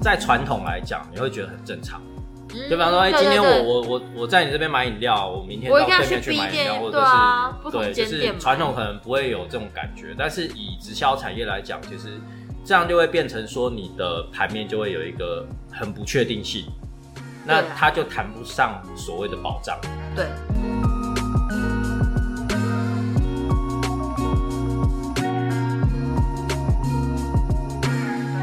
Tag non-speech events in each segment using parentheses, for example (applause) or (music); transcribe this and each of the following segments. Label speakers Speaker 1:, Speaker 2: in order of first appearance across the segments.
Speaker 1: 在传统来讲，你会觉得很正常。
Speaker 2: 嗯
Speaker 1: 就比方说，哎，今天
Speaker 2: 对对
Speaker 1: 我
Speaker 2: 对
Speaker 1: 我我我在你这边买饮料，我明天
Speaker 2: 我
Speaker 1: 到
Speaker 2: 一定要
Speaker 1: 对
Speaker 2: 去
Speaker 1: 面
Speaker 2: B
Speaker 1: 买饮料，
Speaker 2: 店，
Speaker 1: 或者
Speaker 2: 对
Speaker 1: 是
Speaker 2: 啊，不同
Speaker 1: 对，就
Speaker 2: 间
Speaker 1: 是
Speaker 2: 店
Speaker 1: 传统可能不会有这种感觉，但是以直销产业来讲，其实这样就会变成说你的盘面就会有一个很不确定性，那
Speaker 2: 对啊
Speaker 1: 它就谈不上所谓的保障。
Speaker 2: 对。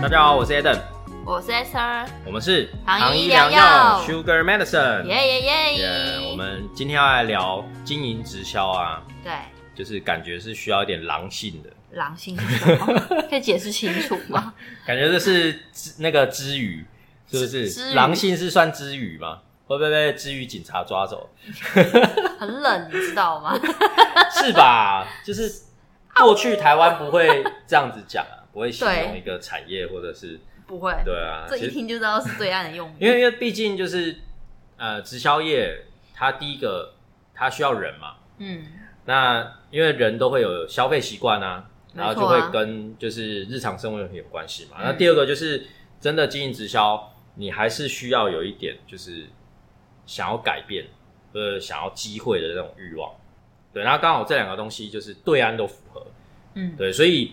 Speaker 1: 大家好，我是 Adam，
Speaker 2: 我是 S 二，
Speaker 1: 我们是
Speaker 2: 糖衣
Speaker 1: 良
Speaker 2: 良药
Speaker 1: Sugar Medicine。
Speaker 2: 耶耶
Speaker 1: 耶
Speaker 2: 耶！
Speaker 1: 我们今天要来聊经营直销啊，
Speaker 2: 对
Speaker 1: 就是感觉是需要一点狼性的，
Speaker 2: 狼性是什么？ (laughs) 可以解释清楚
Speaker 1: (laughs)
Speaker 2: 吗？
Speaker 1: 感觉这是知那个知语，是不
Speaker 2: 知知
Speaker 1: 是？
Speaker 2: 语
Speaker 1: 狼性是算知语吗？会不会被知语警察抓走？ (laughs)
Speaker 2: 很冷，你知道吗？
Speaker 1: 是吧？就是过去台湾不会这样子讲
Speaker 2: (laughs)
Speaker 1: 啊，不会形容
Speaker 2: 对
Speaker 1: 一个产业或者是
Speaker 2: 不会，
Speaker 1: 对啊，
Speaker 2: 这
Speaker 1: 其
Speaker 2: 一
Speaker 1: 实
Speaker 2: 听就知道是对岸的用语。
Speaker 1: 因为因为毕竟就是呃直销业，它第一个它需要人嘛，
Speaker 2: 嗯，
Speaker 1: 那因为人都会有消费习惯啊，然后就
Speaker 2: 没错啊
Speaker 1: 会跟就是日常生活有关系嘛。
Speaker 2: 嗯
Speaker 1: 那第二个就是真的经营直销，你还是需要有一点就是想要改变，呃，想要机会的那种欲望。对，那刚好这两个东西就是对岸都符合，
Speaker 2: 嗯，
Speaker 1: 对，所以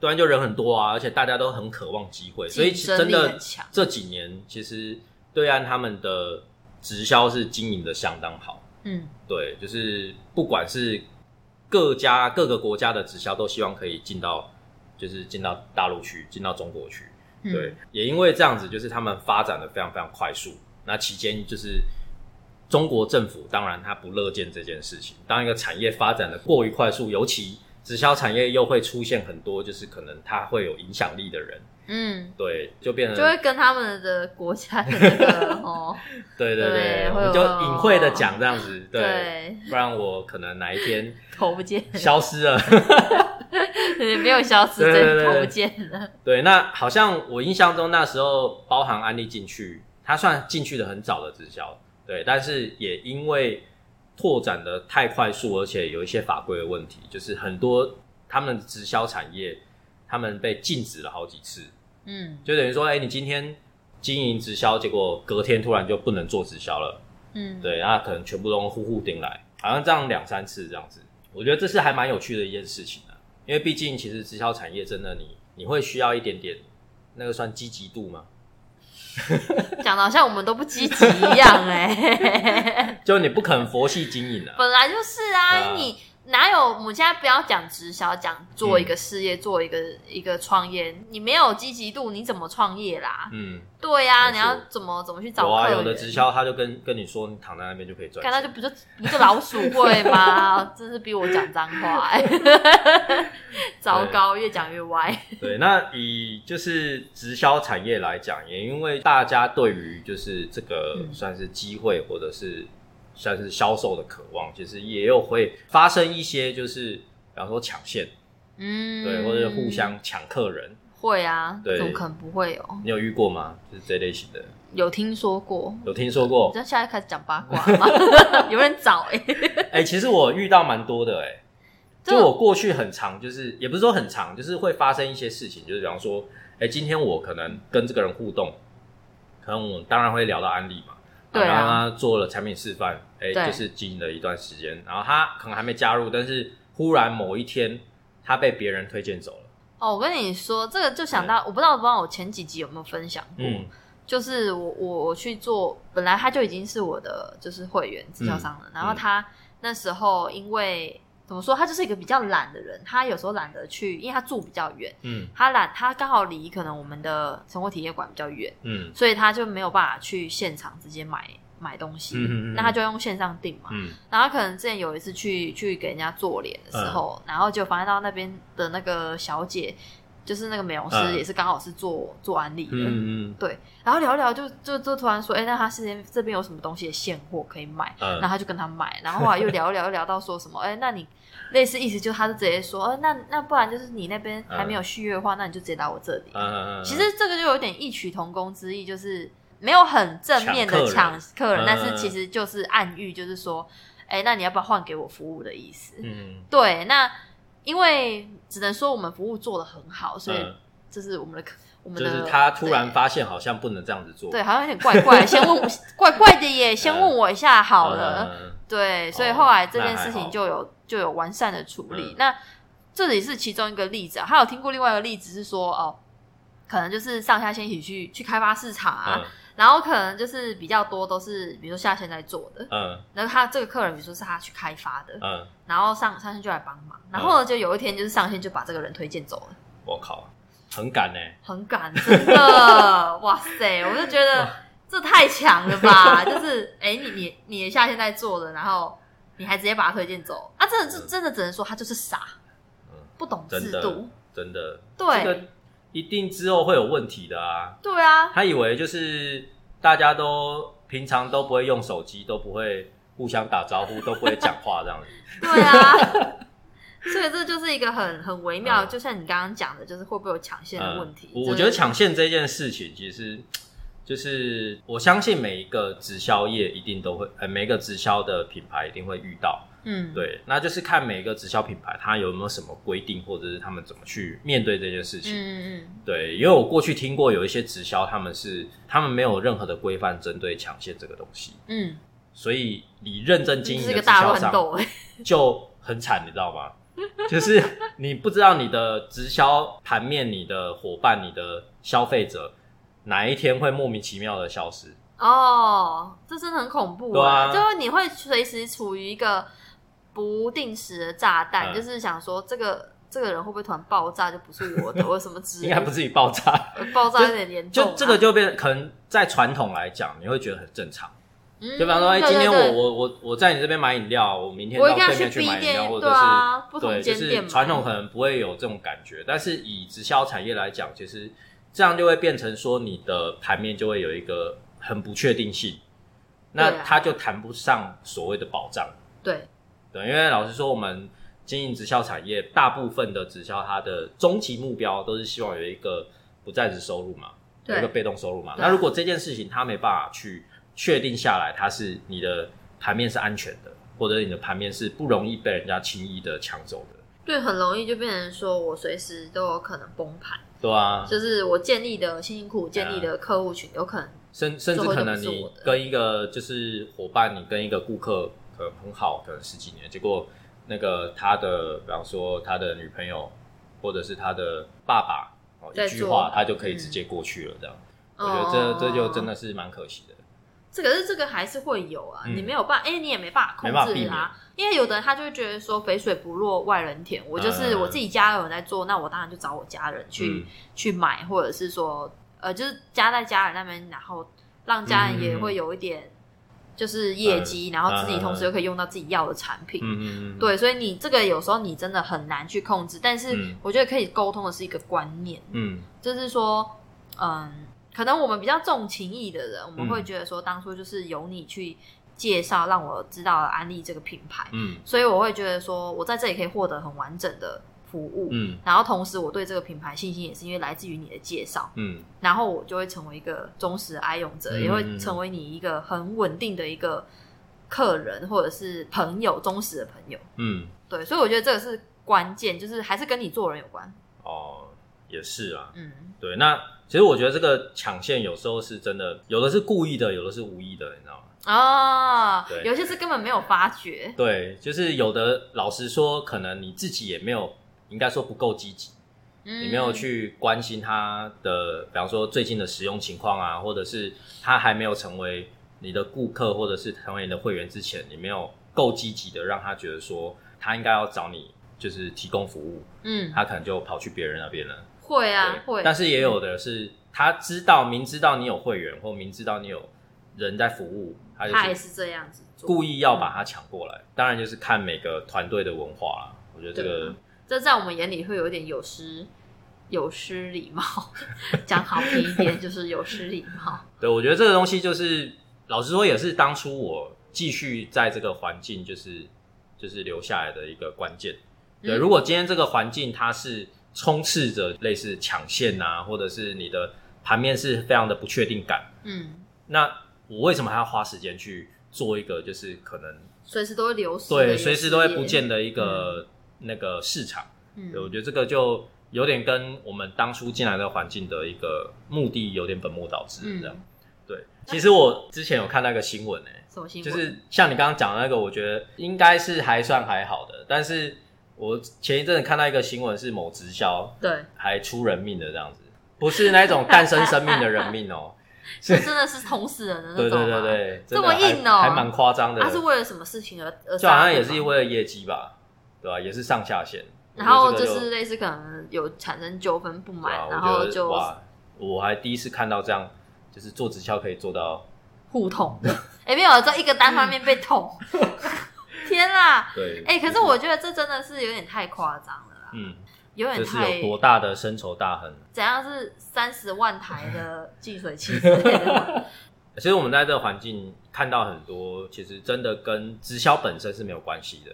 Speaker 1: 对岸就人很多啊，而且大家都很渴望机会，所以其
Speaker 2: 竞争
Speaker 1: 真
Speaker 2: 力
Speaker 1: 的
Speaker 2: 很强
Speaker 1: 这几年其实对岸他们的直销是经营的相当好。
Speaker 2: 嗯，
Speaker 1: 对，就是不管是各家各个国家的直销，都希望可以进到，就是进到大陆去，进到中国去。
Speaker 2: 嗯
Speaker 1: 对，，也因为这样子，就是他们发展的非常非常快速。那期间就是中国政府当然他不乐见这件事情，当一个产业发展的过于快速，尤其直销产业又会出现很多就是可能他会有影响力的人，
Speaker 2: 嗯，
Speaker 1: 对，就变成
Speaker 2: 就会跟他们的国家的那
Speaker 1: (laughs)
Speaker 2: 个哦，
Speaker 1: 对对
Speaker 2: 对
Speaker 1: 我
Speaker 2: 会
Speaker 1: 们
Speaker 2: 有
Speaker 1: 就隐晦的讲这样子，对，
Speaker 2: 对，
Speaker 1: 不然我可能哪一天
Speaker 2: 头不见了，
Speaker 1: 消失了。
Speaker 2: (laughs) 没有消失，
Speaker 1: 对对
Speaker 2: 真
Speaker 1: 对
Speaker 2: 的头
Speaker 1: 对
Speaker 2: 不见了。
Speaker 1: 对，那好像我印象中那时候包含安利进去，它算进去的很早的直销，对，但是也因为拓展的太快速，而且有一些法规的问题，就是很多他们直销产业，他们被禁止了好几次，
Speaker 2: 嗯
Speaker 1: 就等于说，哎、你今天经营直销，结果隔天突然就不能做直销了，
Speaker 2: 嗯，
Speaker 1: 对，那可能全部都呼呼顶来，好像这样两三次这样子，我觉得这是还蛮有趣的一件事情啊。因为毕竟其实直销产业真的你你会需要一点点那个算积极度嘛，
Speaker 2: 讲的好像我们都不积极一样哎、
Speaker 1: 就你不肯佛系经营啊，
Speaker 2: 本来就是啊，
Speaker 1: 啊
Speaker 2: 你哪有？我们现在不要讲直销，讲做一个事业，做一个一个创业，你没有积极度，你怎么创业啦？
Speaker 1: 嗯，
Speaker 2: 对呀、
Speaker 1: 没错
Speaker 2: 你要怎么怎么去找
Speaker 1: 有
Speaker 2: 客
Speaker 1: 啊，
Speaker 2: 人？
Speaker 1: 有的直销他就跟跟你说你躺在那边就可以赚
Speaker 2: 看他
Speaker 1: 钱，
Speaker 2: 就不就不就老鼠会
Speaker 1: (laughs)
Speaker 2: 吗？真是逼我讲脏话、欸，糟糕，越讲越歪。
Speaker 1: 对，那以就是直销产业来讲，也因为大家对于就是这个
Speaker 2: 嗯
Speaker 1: 算是机会或者是算是销售的渴望，其实也有会发生一些就是比方说抢线。
Speaker 2: 嗯，
Speaker 1: 对，或者是互相抢客人，
Speaker 2: 会啊，
Speaker 1: 对
Speaker 2: 怎么可能不会有？
Speaker 1: 你有遇过吗？就是这类型的，
Speaker 2: 有听说过？
Speaker 1: 有听说
Speaker 2: 你
Speaker 1: 过
Speaker 2: 知？道现在开始讲八卦吗？
Speaker 1: (laughs)
Speaker 2: 有人找哎、欸，
Speaker 1: 哎、其实我遇到蛮多的、哎，
Speaker 2: 这
Speaker 1: 就我过去很长，就是也不是说很长，就是会发生一些事情，就是比方说，哎、今天我可能跟这个人互动，可能我当然会聊到案例嘛，
Speaker 2: 对啊
Speaker 1: 然后他做了产品示范，哎、
Speaker 2: 对
Speaker 1: 就是经营了一段时间，然后他可能还没加入，但是忽然某一天他被别人推荐走了，
Speaker 2: 哦，我跟你说，这个就想到，我不知道，我不知道我前几集有没有分享过，
Speaker 1: 嗯
Speaker 2: 就是我我我去做，本来他就已经是我的就是会员直
Speaker 1: 嗯
Speaker 2: 销商了，然后他那时候因为怎么说，他就是一个比较懒的人，他有时候懒得去，因为他住比较远，
Speaker 1: 嗯
Speaker 2: 他懒，他刚好离可能我们的生活体验馆比较远，
Speaker 1: 嗯
Speaker 2: 所以他就没有办法去现场直接买买东西，
Speaker 1: 嗯嗯嗯
Speaker 2: 那他就用线上订嘛，
Speaker 1: 嗯，
Speaker 2: 然后可能之前有一次去去给人家做脸的时候，
Speaker 1: 嗯
Speaker 2: 然后就发现到那边的那个小姐，就是那个美容师
Speaker 1: 嗯
Speaker 2: 也是刚好是做、做安利的，
Speaker 1: 嗯嗯
Speaker 2: 然后聊一聊就就就突然说，哎、那他是这边有什么东西的现货可以买？
Speaker 1: 嗯
Speaker 2: 然后他就跟他买，然后后来又聊一聊，又聊到说什么，哎、那你类似意思就是他就直接说，呃，那那不然就是你那边还没有续约的话，那你就直接来我这里。
Speaker 1: 嗯，
Speaker 2: 其实这个就有点异曲同工之意，就是没有很正面的抢
Speaker 1: 抢
Speaker 2: 客人，
Speaker 1: 嗯
Speaker 2: 但是其实就是暗喻，就是说，哎、那你要不要换给我服务的意思？
Speaker 1: 嗯
Speaker 2: 对，那因为只能说我们服务做的很好，所以
Speaker 1: 嗯
Speaker 2: 这是我们的客，我们
Speaker 1: 就
Speaker 2: 的
Speaker 1: 是他突然
Speaker 2: 对
Speaker 1: 发现好像不能这样子做，
Speaker 2: 对，好像有点怪怪，先问我 (laughs) 怪怪的耶，先问我一下好了。
Speaker 1: 嗯，
Speaker 2: 对，所以
Speaker 1: 哦
Speaker 2: 后来这
Speaker 1: 那
Speaker 2: 件
Speaker 1: 还
Speaker 2: 事
Speaker 1: 好
Speaker 2: 情就有就有完善的处理。
Speaker 1: 嗯
Speaker 2: 那这里是其中一个例子啊，还有听过另外一个例子是说哦，可能就是上下线一起去去开发市场啊，
Speaker 1: 嗯
Speaker 2: 然后可能就是比较多都是比如说下线在做的，
Speaker 1: 嗯
Speaker 2: 然后他这个客人比如说是他去开发的，
Speaker 1: 嗯，
Speaker 2: 然后上上线就来帮忙，然后呢就有一天就是上线就把这个人推荐走了。
Speaker 1: 我靠，很敢呢、
Speaker 2: 很敢，真的，哇
Speaker 1: (laughs)
Speaker 2: 塞！我就觉得这太强了吧，就是哎、你你你下线在做的，然后你还直接把他推荐走，啊，真的是
Speaker 1: 嗯
Speaker 2: 真的只能说他就是傻
Speaker 1: 嗯，
Speaker 2: 不懂
Speaker 1: 真
Speaker 2: 制
Speaker 1: 的
Speaker 2: 度，
Speaker 1: 真的，这个
Speaker 2: 对
Speaker 1: 一定之后会有问题的啊。
Speaker 2: 对啊，
Speaker 1: 他以为就是大家都平常都不会用手机，都不会互相打招呼，都不会讲话这样子。(laughs)
Speaker 2: 对啊，所以这就是一个很很微妙，
Speaker 1: 嗯
Speaker 2: 就像你刚刚讲的，就是会不会 (laughs) 有抢线的问题
Speaker 1: 嗯。我
Speaker 2: 这
Speaker 1: 我觉得抢线这件事情，其实就是我相信每一个直销业一定都会，呃，每一个直销的品牌一定会遇到。
Speaker 2: 嗯，
Speaker 1: 对，那就是看每一个直销品牌它有没有什么规定，或者是他们怎么去面对这件事
Speaker 2: 嗯
Speaker 1: 情。
Speaker 2: 嗯嗯，
Speaker 1: 对，因为我过去听过有一些直销，他们是他们没有任何的规范针对抢线这个东西，
Speaker 2: 嗯，
Speaker 1: 所以你认真
Speaker 2: 这
Speaker 1: 经营
Speaker 2: 是
Speaker 1: 的
Speaker 2: 个
Speaker 1: 直
Speaker 2: 大
Speaker 1: 销
Speaker 2: 乱
Speaker 1: 商
Speaker 2: 斗哎，
Speaker 1: 就很惨，你知道吗？ (laughs) 就是你不知道你的直销盘面、你的伙伴、你的消费者哪一天会莫名其妙的消失。
Speaker 2: 哦，这真的很恐怖、欸
Speaker 1: 对啊
Speaker 2: 就是你会随时处于一个不定时的炸弹，
Speaker 1: 嗯
Speaker 2: 就是想说这个这个人会不会突然爆炸，就不是
Speaker 1: (laughs)
Speaker 2: 我的，或者什么之
Speaker 1: 应
Speaker 2: 类
Speaker 1: 该不
Speaker 2: 的。
Speaker 1: 至于爆炸，
Speaker 2: 呃爆炸有点严重啊、
Speaker 1: 就这个就变可能在传统来讲，你会觉得很正常。
Speaker 2: 嗯，
Speaker 1: 就比方说，哎、今天
Speaker 2: 对
Speaker 1: 我
Speaker 2: 对
Speaker 1: 我我我在你这边买饮料，我明天
Speaker 2: 我
Speaker 1: 到
Speaker 2: 一定要
Speaker 1: 对面
Speaker 2: 去
Speaker 1: 买
Speaker 2: B
Speaker 1: 饮料，
Speaker 2: 店
Speaker 1: 或者
Speaker 2: 对
Speaker 1: 是、
Speaker 2: 啊不同
Speaker 1: 对，
Speaker 2: 间
Speaker 1: 就
Speaker 2: 店
Speaker 1: 是
Speaker 2: 嘛
Speaker 1: 传统可能不会有这种感觉，但是以直销产业来讲，其实这样就会变成说你的盘面就会有一个很不确定性，
Speaker 2: 对
Speaker 1: 那
Speaker 2: 啊
Speaker 1: 它就谈不上所谓的保障。
Speaker 2: 对
Speaker 1: 对，因为老实说，我们经营直销产业，大部分的直销它的终极目标都是希望有一个不在职收入嘛，有一个
Speaker 2: 对
Speaker 1: 被动收入嘛。
Speaker 2: 对啊
Speaker 1: 那如果这件事情它没办法去确定下来，它是你的盘面是安全的，或者你的盘面是不容易被人家轻易的抢走的，
Speaker 2: 对，很容易就变成说我随时都有可能崩盘，
Speaker 1: 对啊。
Speaker 2: 就是我建立的辛辛苦苦建立的客户群有可能
Speaker 1: 甚甚至
Speaker 2: 最后
Speaker 1: 可
Speaker 2: 就不
Speaker 1: 能
Speaker 2: 是
Speaker 1: 你
Speaker 2: 我的
Speaker 1: 跟一个就是伙伴，你跟一个顾客可能很好，可能十几年，结果那个他的，比方说他的女朋友或者是他的爸爸，哦，
Speaker 2: 在
Speaker 1: 一句话
Speaker 2: 做
Speaker 1: 他就可以直接过去了，这样。我觉
Speaker 2: 哦
Speaker 1: 得这这就真的是蛮可惜的。
Speaker 2: 这个是这个还是会有啊，
Speaker 1: 嗯
Speaker 2: 你没有办法，哎、你也没办法控
Speaker 1: 没办法避
Speaker 2: 制
Speaker 1: 免
Speaker 2: 它，因为有的人他就会觉得说肥水不落外人田，我就是
Speaker 1: 嗯
Speaker 2: 我自己家有人在做，那我当然就找我家人去、
Speaker 1: 嗯
Speaker 2: 去买，或者是说呃，就是加在家人那边，然后让家人也
Speaker 1: 嗯
Speaker 2: 会有一点就是业绩，然后自己
Speaker 1: 嗯
Speaker 2: 同时又可以用到自己要的产品。
Speaker 1: 嗯嗯嗯，
Speaker 2: 对，所以你这个有时候你真的很难去控制，但是
Speaker 1: 嗯
Speaker 2: 我觉得可以沟通的是一个观念，
Speaker 1: 嗯，
Speaker 2: 就是说，嗯，可能我们比较重情义的人，我们
Speaker 1: 嗯
Speaker 2: 会觉得说，当初就是由你去介绍，让我知道了安利这个品牌，
Speaker 1: 嗯
Speaker 2: 所以我会觉得说，我在这里可以获得很完整的服务。
Speaker 1: 嗯
Speaker 2: 然后同时，我对这个品牌信心也是因为来自于你的介绍，
Speaker 1: 嗯
Speaker 2: 然后我就会成为一个忠实的爱用者，
Speaker 1: 嗯
Speaker 2: 也会成为你一个很稳定的一个客人或者是朋友，忠实的朋友。
Speaker 1: 嗯，
Speaker 2: 对，所以我觉得这个是关键，就是还是跟你做人有关。
Speaker 1: 哦，也是啊。
Speaker 2: 嗯，
Speaker 1: 对，那其实我觉得这个抢线有时候是真的，有的是故意的，有的是无意的，你知道吗？
Speaker 2: 啊、
Speaker 1: 对
Speaker 2: 有些是根本没有发觉。
Speaker 1: 对，就是有的，老实说，可能你自己也没有，应该说不够积极，
Speaker 2: 你
Speaker 1: 你没有去关心他的，比方说最近的使用情况啊，或者是他还没有成为你的顾客或者是成为你的会员之前，你没有够积极的让他觉得说他应该要找你，就是提供服务，
Speaker 2: 嗯，
Speaker 1: 他可能就跑去别人那边了。
Speaker 2: 会啊会，
Speaker 1: 但是也有的是他知道明知道你有会员或明知道你有人在服务，他就
Speaker 2: 他也
Speaker 1: 是
Speaker 2: 是这样子做，
Speaker 1: 故意要把他抢过来。当然就是看每个团队的文化啦。我觉得这个
Speaker 2: 这在我们眼里会有一点有失有失礼貌， (laughs) 讲好听一点就是有失礼貌。
Speaker 1: 对，我觉得这个东西就是，老实说，也是当初我继续在这个环境，就是就是留下来的一个关键。对，
Speaker 2: 嗯
Speaker 1: 如果今天这个环境它是充斥着类似抢线啊，或者是你的盘面是非常的不确定感，
Speaker 2: 嗯，
Speaker 1: 那我为什么还要花时间去做一个就是可能
Speaker 2: 随时都会流失，
Speaker 1: 对随时都会不见。的一
Speaker 2: 嗯
Speaker 1: 个那个市场？
Speaker 2: 嗯
Speaker 1: 对，我觉得这个就有点跟我们当初进来的环境的一个目的有点本末倒置这样。
Speaker 2: 嗯，
Speaker 1: 对，其实我之前有看那个新闻诶、欸
Speaker 2: 什么新
Speaker 1: 就
Speaker 2: 闻？
Speaker 1: 是像你刚刚讲的那个，我觉得应该是还算还好的，但是我前一阵子看到一个新闻，是某直销 (laughs)
Speaker 2: 对，
Speaker 1: 还出人命的这样子，不是那种诞生生命的人命哦、
Speaker 2: 就真的是捅死人的那
Speaker 1: 对
Speaker 2: 种
Speaker 1: 对
Speaker 2: 吗
Speaker 1: 对对，
Speaker 2: 这么
Speaker 1: 真的还
Speaker 2: 硬哦
Speaker 1: 还蛮夸张的。
Speaker 2: 他是为了什么事情而而
Speaker 1: 就好
Speaker 2: 杀
Speaker 1: 像
Speaker 2: 人
Speaker 1: 也
Speaker 2: 吗
Speaker 1: 是为了业绩吧，对吧、也是上下线。
Speaker 2: 然后
Speaker 1: 我觉得
Speaker 2: 就
Speaker 1: 这
Speaker 2: 是类似可能有产生纠纷不
Speaker 1: 对啊我
Speaker 2: 满，然
Speaker 1: 觉
Speaker 2: 后
Speaker 1: 得
Speaker 2: 就
Speaker 1: 哇，我还第一次看到这样，就是做直销可以做到
Speaker 2: 互捅，
Speaker 1: 嗯
Speaker 2: 哎、没有在一个单方面
Speaker 1: (laughs)
Speaker 2: 被捅，天啦！
Speaker 1: 对，
Speaker 2: 哎、可是我觉得这真的是有点太夸张了啦，
Speaker 1: 嗯，
Speaker 2: 有点
Speaker 1: 这是
Speaker 2: 太
Speaker 1: 有多大的深仇大恨？
Speaker 2: 怎样是三十万台
Speaker 1: (laughs)
Speaker 2: 的净水器之类的，
Speaker 1: 其实我们在这个环境看到很多，其实真的跟直销本身是没有关系的，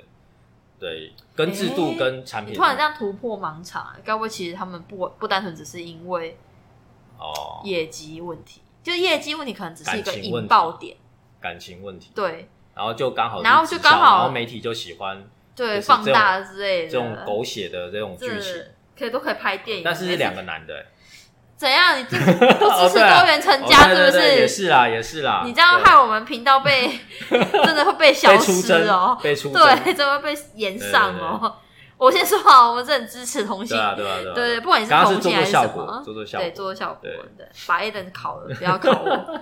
Speaker 1: 对，跟制度
Speaker 2: 诶
Speaker 1: 跟产
Speaker 2: 你
Speaker 1: 品
Speaker 2: 突然这样突破盲场，该不会其实他们不不单纯只是因为
Speaker 1: 哦，
Speaker 2: 业绩问题，就业绩问题可能只是一个
Speaker 1: 感情问题
Speaker 2: 引爆点，
Speaker 1: 感情问题，
Speaker 2: 对
Speaker 1: 然后就刚好是
Speaker 2: 然后
Speaker 1: 直
Speaker 2: 就
Speaker 1: 销
Speaker 2: 刚好
Speaker 1: 然后媒体就喜欢
Speaker 2: 对，
Speaker 1: 就是
Speaker 2: 放
Speaker 1: 这种
Speaker 2: 大之类
Speaker 1: 这
Speaker 2: 的，
Speaker 1: 种狗血的这种
Speaker 2: 这
Speaker 1: 剧情，
Speaker 2: 可以都可以拍电影，
Speaker 1: 但是是两
Speaker 2: 个
Speaker 1: 个男的、欸
Speaker 2: 怎样？你
Speaker 1: (laughs)
Speaker 2: 这都支持
Speaker 1: 对啊
Speaker 2: 多元成
Speaker 1: 哦
Speaker 2: 家
Speaker 1: 对
Speaker 2: 是
Speaker 1: 对
Speaker 2: 不
Speaker 1: 对也
Speaker 2: 是？
Speaker 1: 是啦，也是啦。
Speaker 2: 你这样
Speaker 1: 啊对
Speaker 2: 害我们频道
Speaker 1: (laughs)
Speaker 2: 被真的会被消
Speaker 1: 被出
Speaker 2: 失哦
Speaker 1: 征，，被出征，
Speaker 2: 对，真的会被延上哦。我先说啊好，我们是很支持同性
Speaker 1: 对，啊，对啊，对啊。
Speaker 2: 对对，不管你是
Speaker 1: 刚刚是
Speaker 2: 同
Speaker 1: 做
Speaker 2: 性
Speaker 1: 做
Speaker 2: 还是
Speaker 1: 效
Speaker 2: 什
Speaker 1: 果，
Speaker 2: 么，
Speaker 1: 做做效
Speaker 2: 对，
Speaker 1: 果，
Speaker 2: 做效果
Speaker 1: 对
Speaker 2: 的，把 A 等考了，不要考
Speaker 1: (laughs)
Speaker 2: 我。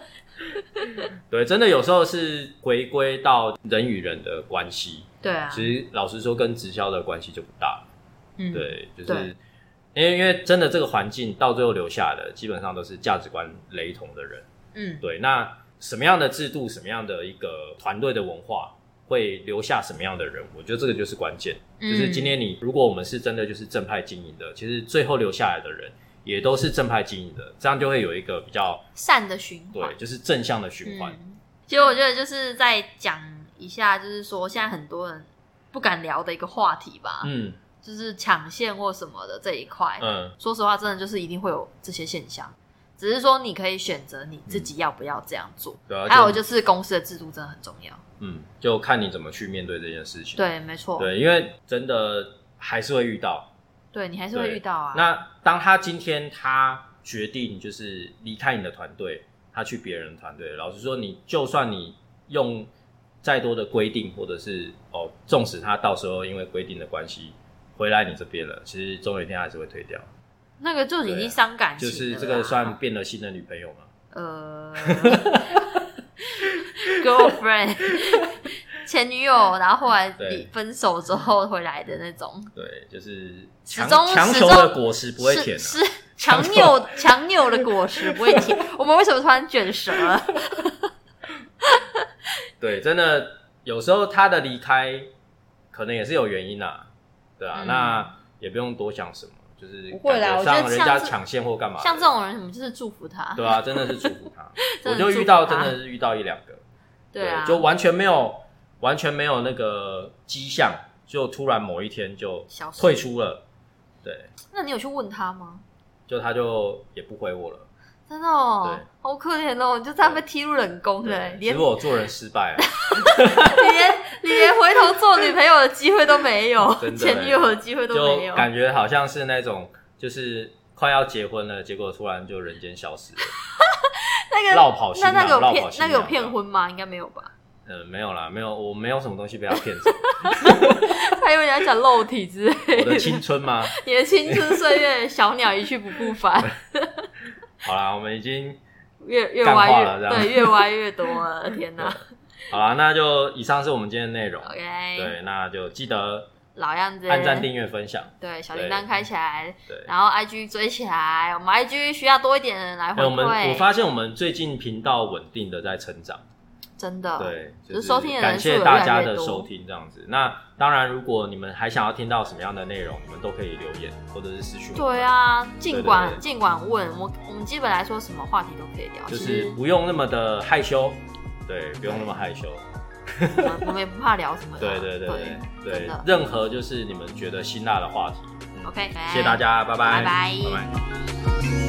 Speaker 1: 对，真的有时候是回归到人与人的关系。
Speaker 2: 对啊，
Speaker 1: 其实老实说，跟直销的关系就不大。
Speaker 2: 嗯，
Speaker 1: 对，就
Speaker 2: 对
Speaker 1: 是因为因为真的这个环境到最后留下的，基本上都是价值观雷同的人。
Speaker 2: 嗯，
Speaker 1: 对，那什么样的制度，什么样的一个团队的文化，会留下什么样的人？我觉得这个就是关键。
Speaker 2: 嗯
Speaker 1: 就是今天你，如果我们是真的就是正派经营的，其实最后留下来的人也都是正派经营的，这样就会有一个比较
Speaker 2: 嗯善的循环
Speaker 1: 对，，就是正向的循环。
Speaker 2: 嗯。其实我觉得就是在讲一下，就是说现在很多人不敢聊的一个话题吧，
Speaker 1: 嗯
Speaker 2: 就是抢线或什么的这一块。
Speaker 1: 嗯，
Speaker 2: 说实话，真的就是一定会有这些现象，只是说你可以选择你自
Speaker 1: 嗯
Speaker 2: 己要不要这样做。
Speaker 1: 对啊，
Speaker 2: 还有
Speaker 1: 就
Speaker 2: 就是公司的制度真的很重要。
Speaker 1: 嗯，就看你怎么去面对这件事情。
Speaker 2: 对，没错，
Speaker 1: 对，因为真的还是会遇到。
Speaker 2: 对你还是会
Speaker 1: 对
Speaker 2: 遇到啊。
Speaker 1: 那当他今天他决定就是离开你的团队，他去别人的团队，老实说，你就算你用再多的规定，或者是哦，纵使他到时候因为规定的关系回来你这边了，其实总有一天还是会退掉。
Speaker 2: 那个就已
Speaker 1: 对啊
Speaker 2: 经伤感情
Speaker 1: 就
Speaker 2: 了啦，
Speaker 1: 是这个算变了新的女朋友吗？
Speaker 2: 呃，girlfriend (laughs) 前女友，然后后来
Speaker 1: 对
Speaker 2: 离分手之后回来的那种，
Speaker 1: 对，就是
Speaker 2: 始
Speaker 1: 强
Speaker 2: 终
Speaker 1: 强
Speaker 2: 始
Speaker 1: 求的
Speaker 2: 终
Speaker 1: 果实不会甜、啊，
Speaker 2: 是是强
Speaker 1: (laughs)
Speaker 2: 扭强扭的果实不会甜。我们为什么突然卷
Speaker 1: (laughs)
Speaker 2: 舌？
Speaker 1: 对，真的有时候他的离开可能也是有原因啦、对啊，
Speaker 2: 嗯
Speaker 1: 那也不用多想什么，就是
Speaker 2: 不会啦
Speaker 1: 感
Speaker 2: 我觉得
Speaker 1: 上人
Speaker 2: 像
Speaker 1: 家
Speaker 2: 这
Speaker 1: 抢线或干嘛的，
Speaker 2: 像这种人，我们就是祝福他。，
Speaker 1: 对啊，真的是祝福他
Speaker 2: (laughs)
Speaker 1: 我
Speaker 2: 真的
Speaker 1: 就
Speaker 2: 祝
Speaker 1: 遇
Speaker 2: 福
Speaker 1: 到
Speaker 2: 他
Speaker 1: 真的是遇到一两个，
Speaker 2: 对啊，
Speaker 1: 就完全没有完全没有那个迹象，就突然某一天就
Speaker 2: 消失
Speaker 1: 退出了，对，
Speaker 2: 那你有去问他吗？
Speaker 1: 就他就也不回我了，
Speaker 2: 真的哦
Speaker 1: 对，
Speaker 2: 好可怜哦，你就这样被踢入冷宫了，
Speaker 1: 对，
Speaker 2: 连
Speaker 1: 是我做人失败啊。
Speaker 2: 你 (laughs) 连你连回头做女朋友的机会都没有
Speaker 1: (laughs) 真，的
Speaker 2: 前女友的机 (laughs) 会都没
Speaker 1: 就
Speaker 2: 有。
Speaker 1: 感觉好像是那种就是快要结婚了，结果突然就人间消失了，
Speaker 2: 那个
Speaker 1: 绕跑新
Speaker 2: 那
Speaker 1: 郎，
Speaker 2: 那个有
Speaker 1: 绕
Speaker 2: 骗
Speaker 1: 跑啊新
Speaker 2: 那
Speaker 1: 娘
Speaker 2: 个有骗？婚吗？应该没有吧？ (laughs)
Speaker 1: 呃，没有啦，没有，我没有什么东西被他骗走，
Speaker 2: 还以为你要讲肉体之类
Speaker 1: 我的
Speaker 2: 的，
Speaker 1: 青春吗？
Speaker 2: (laughs) 你的青春岁月，小鸟一去不
Speaker 1: (laughs)
Speaker 2: 复返，
Speaker 1: 好啦，我们已经
Speaker 2: 越越
Speaker 1: 干话
Speaker 2: 歪
Speaker 1: 了这
Speaker 2: 越
Speaker 1: 样
Speaker 2: 对，越歪越多
Speaker 1: (laughs)
Speaker 2: 了。天哪
Speaker 1: 好啦，那就以上是我们今天的内容。
Speaker 2: ，OK，
Speaker 1: 对，那就记得
Speaker 2: 老样子，
Speaker 1: 按赞、订阅、分享。
Speaker 2: 对，小铃铛开起来，
Speaker 1: 对，
Speaker 2: 然后 IG 追起来，我们 IG 需要多一点人来回
Speaker 1: 哎我们我
Speaker 2: 馈，
Speaker 1: 发现我们最近频道稳定的在成长。
Speaker 2: 真的，
Speaker 1: 对，
Speaker 2: 就是收听的人
Speaker 1: 感
Speaker 2: 数有
Speaker 1: 谢
Speaker 2: 越
Speaker 1: 大
Speaker 2: 来
Speaker 1: 家
Speaker 2: 越
Speaker 1: 的
Speaker 2: 多
Speaker 1: 收听，这样子。那当然，如果你们还想要听到什么样的内容，你们都可以留言或者是私讯。
Speaker 2: 对，啊，
Speaker 1: 对
Speaker 2: 尽
Speaker 1: 对对
Speaker 2: 管尽管问我，我们基本来说什么话题都可以聊，
Speaker 1: 就
Speaker 2: 其
Speaker 1: 是
Speaker 2: 实
Speaker 1: 不用那么的害羞，对，不用那么害羞。
Speaker 2: 我们我们也不怕聊什么的
Speaker 1: (laughs)
Speaker 2: 啊，
Speaker 1: 对对对对对
Speaker 2: 真的，
Speaker 1: 任何就是你们觉得辛辣的话题。嗯
Speaker 2: OK，
Speaker 1: 谢谢大，家，拜
Speaker 2: 拜
Speaker 1: 拜，
Speaker 2: 拜
Speaker 1: 拜拜。